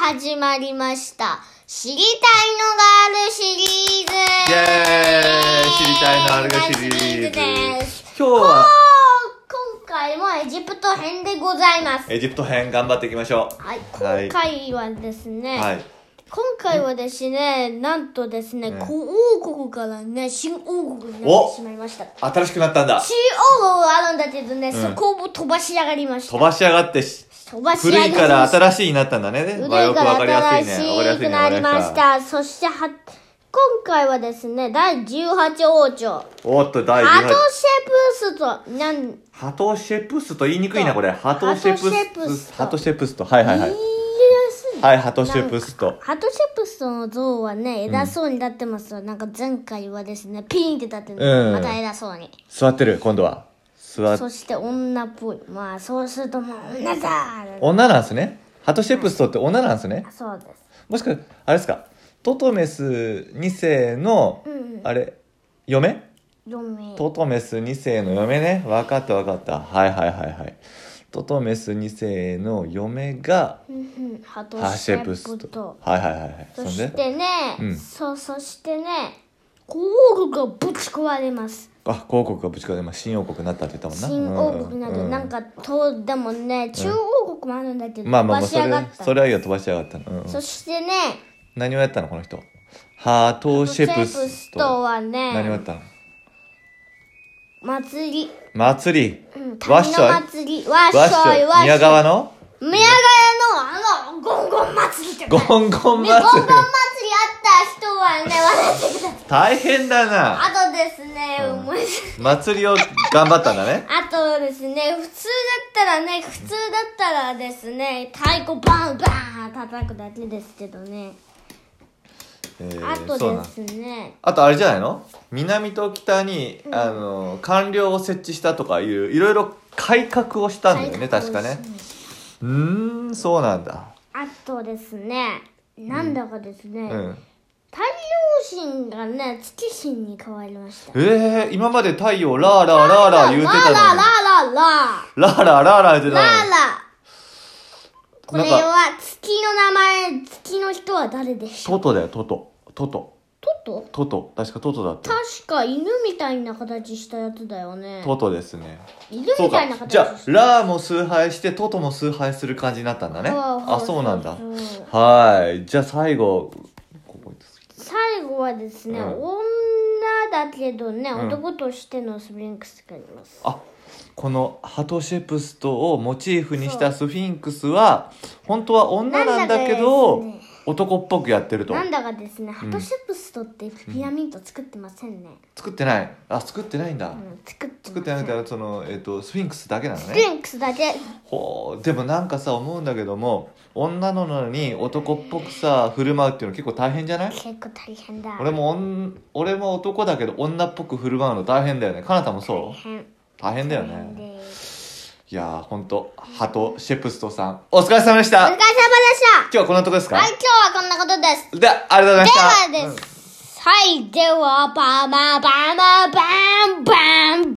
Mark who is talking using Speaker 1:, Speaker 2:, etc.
Speaker 1: 始まりました。知りたいのがあるシリーズ
Speaker 2: イエーイ知りたいのあるがシリーズ
Speaker 1: です。
Speaker 2: 今日は
Speaker 1: 今回もエジプト編でございます。
Speaker 2: エジプト編頑張っていきましょう
Speaker 1: はい、
Speaker 2: はい
Speaker 1: 今回はですね、
Speaker 2: はい
Speaker 1: 今回はですね、なんとですね、
Speaker 2: ん
Speaker 1: 古王国からね、新王国になって
Speaker 2: お
Speaker 1: しまいました。
Speaker 2: 新しくなったんだ
Speaker 1: 中央王があるんだけどね、そこを飛ばし上がりました。
Speaker 2: 飛ばし上がってし
Speaker 1: 飛ばし上が
Speaker 2: 古
Speaker 1: り
Speaker 2: い
Speaker 1: ました。
Speaker 2: から新しいになったんだね
Speaker 1: 古い
Speaker 2: 和よく
Speaker 1: か
Speaker 2: わかり
Speaker 1: ら
Speaker 2: や
Speaker 1: 新
Speaker 2: すいねわかりや
Speaker 1: し
Speaker 2: すい
Speaker 1: く
Speaker 2: ね
Speaker 1: なりまし
Speaker 2: わか
Speaker 1: た。そしては、今回はですね、第18王朝、
Speaker 2: りやすいおっと第
Speaker 1: ハト
Speaker 2: 18
Speaker 1: シェプースと、なん、
Speaker 2: ハトシェプスと言いにくいなこれハトシェプス
Speaker 1: ハ
Speaker 2: ハ
Speaker 1: ト
Speaker 2: トシェプスとはいはいはい
Speaker 1: 言いやすい。
Speaker 2: はいハトシェプスと
Speaker 1: ハトシェプストの像はね、偉そうに立ってますよ。なんか前回はですね、ピーンって立ってる、
Speaker 2: うん
Speaker 1: また偉そうに。
Speaker 2: 座ってる今度は座っ
Speaker 1: そして女っぽい。まあ、そうするともう女だ
Speaker 2: 女なんすねハトシェプスとって女なんすね
Speaker 1: そうです。
Speaker 2: もしくはあれですかトトメス2世の
Speaker 1: うんうん
Speaker 2: あれ嫁
Speaker 1: 嫁。
Speaker 2: トトメス2世の嫁ね分かった分かったはいはいはいはいトトメス2世の嫁が
Speaker 1: うんうんハト
Speaker 2: ハ
Speaker 1: シ
Speaker 2: シ
Speaker 1: ェ
Speaker 2: ェプ
Speaker 1: プ
Speaker 2: ス
Speaker 1: ス
Speaker 2: と
Speaker 1: ト。
Speaker 2: はいはいはいはいそ
Speaker 1: そ
Speaker 2: ん
Speaker 1: し
Speaker 2: で
Speaker 1: てね、
Speaker 2: うん
Speaker 1: そうそしてね古王国がぶち壊れます
Speaker 2: あ広告がぶちかけまあ新王国になったって言ったもんな
Speaker 1: 新王国など、
Speaker 2: うん
Speaker 1: なんかとでもね中王国もあるんだけど、
Speaker 2: まあまあまあ
Speaker 1: 飛ばし
Speaker 2: そ
Speaker 1: 上
Speaker 2: れ
Speaker 1: がった
Speaker 2: それはいいよ飛ばしやがったの、うんうん
Speaker 1: そしてね
Speaker 2: 何をやったのこの人ハートシェプ
Speaker 1: シェプ
Speaker 2: ス
Speaker 1: ス
Speaker 2: と
Speaker 1: トは
Speaker 2: 何をや
Speaker 1: ね
Speaker 2: ったの
Speaker 1: 祭り、
Speaker 2: 祭り
Speaker 1: うん、
Speaker 2: わっ
Speaker 1: 旅
Speaker 2: しょい
Speaker 1: の祭りわっし
Speaker 2: わっし
Speaker 1: ょい
Speaker 2: ょ
Speaker 1: わっしょ
Speaker 2: い宮
Speaker 1: い
Speaker 2: 川の
Speaker 1: 宮川のあのゴンゴン祭りって
Speaker 2: ゴ
Speaker 1: ゴンゴン祭り
Speaker 2: ンゴン祭り
Speaker 1: あった人はね笑ってください
Speaker 2: 大変だな
Speaker 1: あとですね、
Speaker 2: うん
Speaker 1: 思い出す
Speaker 2: 祭りを頑張ったんだね
Speaker 1: あとですね、普通だったらね、普通だったらですね、太鼓バンバン叩くだけですけどね。
Speaker 2: えー
Speaker 1: あと
Speaker 2: そうな
Speaker 1: で
Speaker 2: ん
Speaker 1: すね、
Speaker 2: あとあれじゃないの南と北に、あの官僚を設置したとかいういろいろ改革をしたんだよね
Speaker 1: 太
Speaker 2: 確
Speaker 1: 鼓
Speaker 2: かねうーんそうなんだ
Speaker 1: あとですね、なんだかですね、
Speaker 2: うん
Speaker 1: 太陽神がね、月神に変わりました。
Speaker 2: えー、今まで太陽ラーラーラーラー言うてた
Speaker 1: ラララ
Speaker 2: のに
Speaker 1: ララ
Speaker 2: ラーラーラーラー言うて
Speaker 1: ラ
Speaker 2: たのに
Speaker 1: ラこれは月の名前、月の人は誰でしょう
Speaker 2: トトだよトトトト
Speaker 1: トト
Speaker 2: トト確かトトだった
Speaker 1: 確か犬みたいな形したやつだよね。
Speaker 2: トトですね
Speaker 1: 犬
Speaker 2: そう
Speaker 1: み
Speaker 2: か
Speaker 1: たいな形
Speaker 2: じゃ
Speaker 1: し
Speaker 2: あ
Speaker 1: て
Speaker 2: ラーも崇拝してトトも崇拝する感じになったんだね
Speaker 1: そうそう
Speaker 2: あそうなんだ
Speaker 1: そうそう
Speaker 2: はいじゃあ最後ここ
Speaker 1: 最後はですね、
Speaker 2: うん
Speaker 1: 女だけどね、
Speaker 2: ん
Speaker 1: 男としてのスフィンクスがいます
Speaker 2: あこのハトシェプストをモチーフにしたスフィンクスは本当は女なんだけど
Speaker 1: なんだかですね
Speaker 2: 男っぽくやってると
Speaker 1: なんだかですねハトシェプストってピラミッド作ってませんね、
Speaker 2: 作ってないあ作ってないんだ、
Speaker 1: うん作って
Speaker 2: 作
Speaker 1: ま
Speaker 2: っ
Speaker 1: せ
Speaker 2: て
Speaker 1: ん
Speaker 2: ないからその、えっとスフィンクスだけなの
Speaker 1: スフ
Speaker 2: ね
Speaker 1: ィンクスだけ
Speaker 2: ほうでもなんかさ思うんだけども女なのに男っぽくさ振る舞うっていうの結構大変じゃない
Speaker 1: 結構大変だ
Speaker 2: 俺もおん俺も男だけど女っぽく振る舞うの大変だよねかなたも
Speaker 1: 大
Speaker 2: そう
Speaker 1: 変
Speaker 2: 大変だよ
Speaker 1: 大変
Speaker 2: ね
Speaker 1: です
Speaker 2: いやーほんとハトシェプストさんお疲れ様でし
Speaker 1: お疲れ様
Speaker 2: た
Speaker 1: でし
Speaker 2: 今日はこんなとこです
Speaker 1: た
Speaker 2: か
Speaker 1: はい今日はこんなことです
Speaker 2: で、ありがとうございま
Speaker 1: で
Speaker 2: した。
Speaker 1: はです、はいではバーバーバーバーバーバーン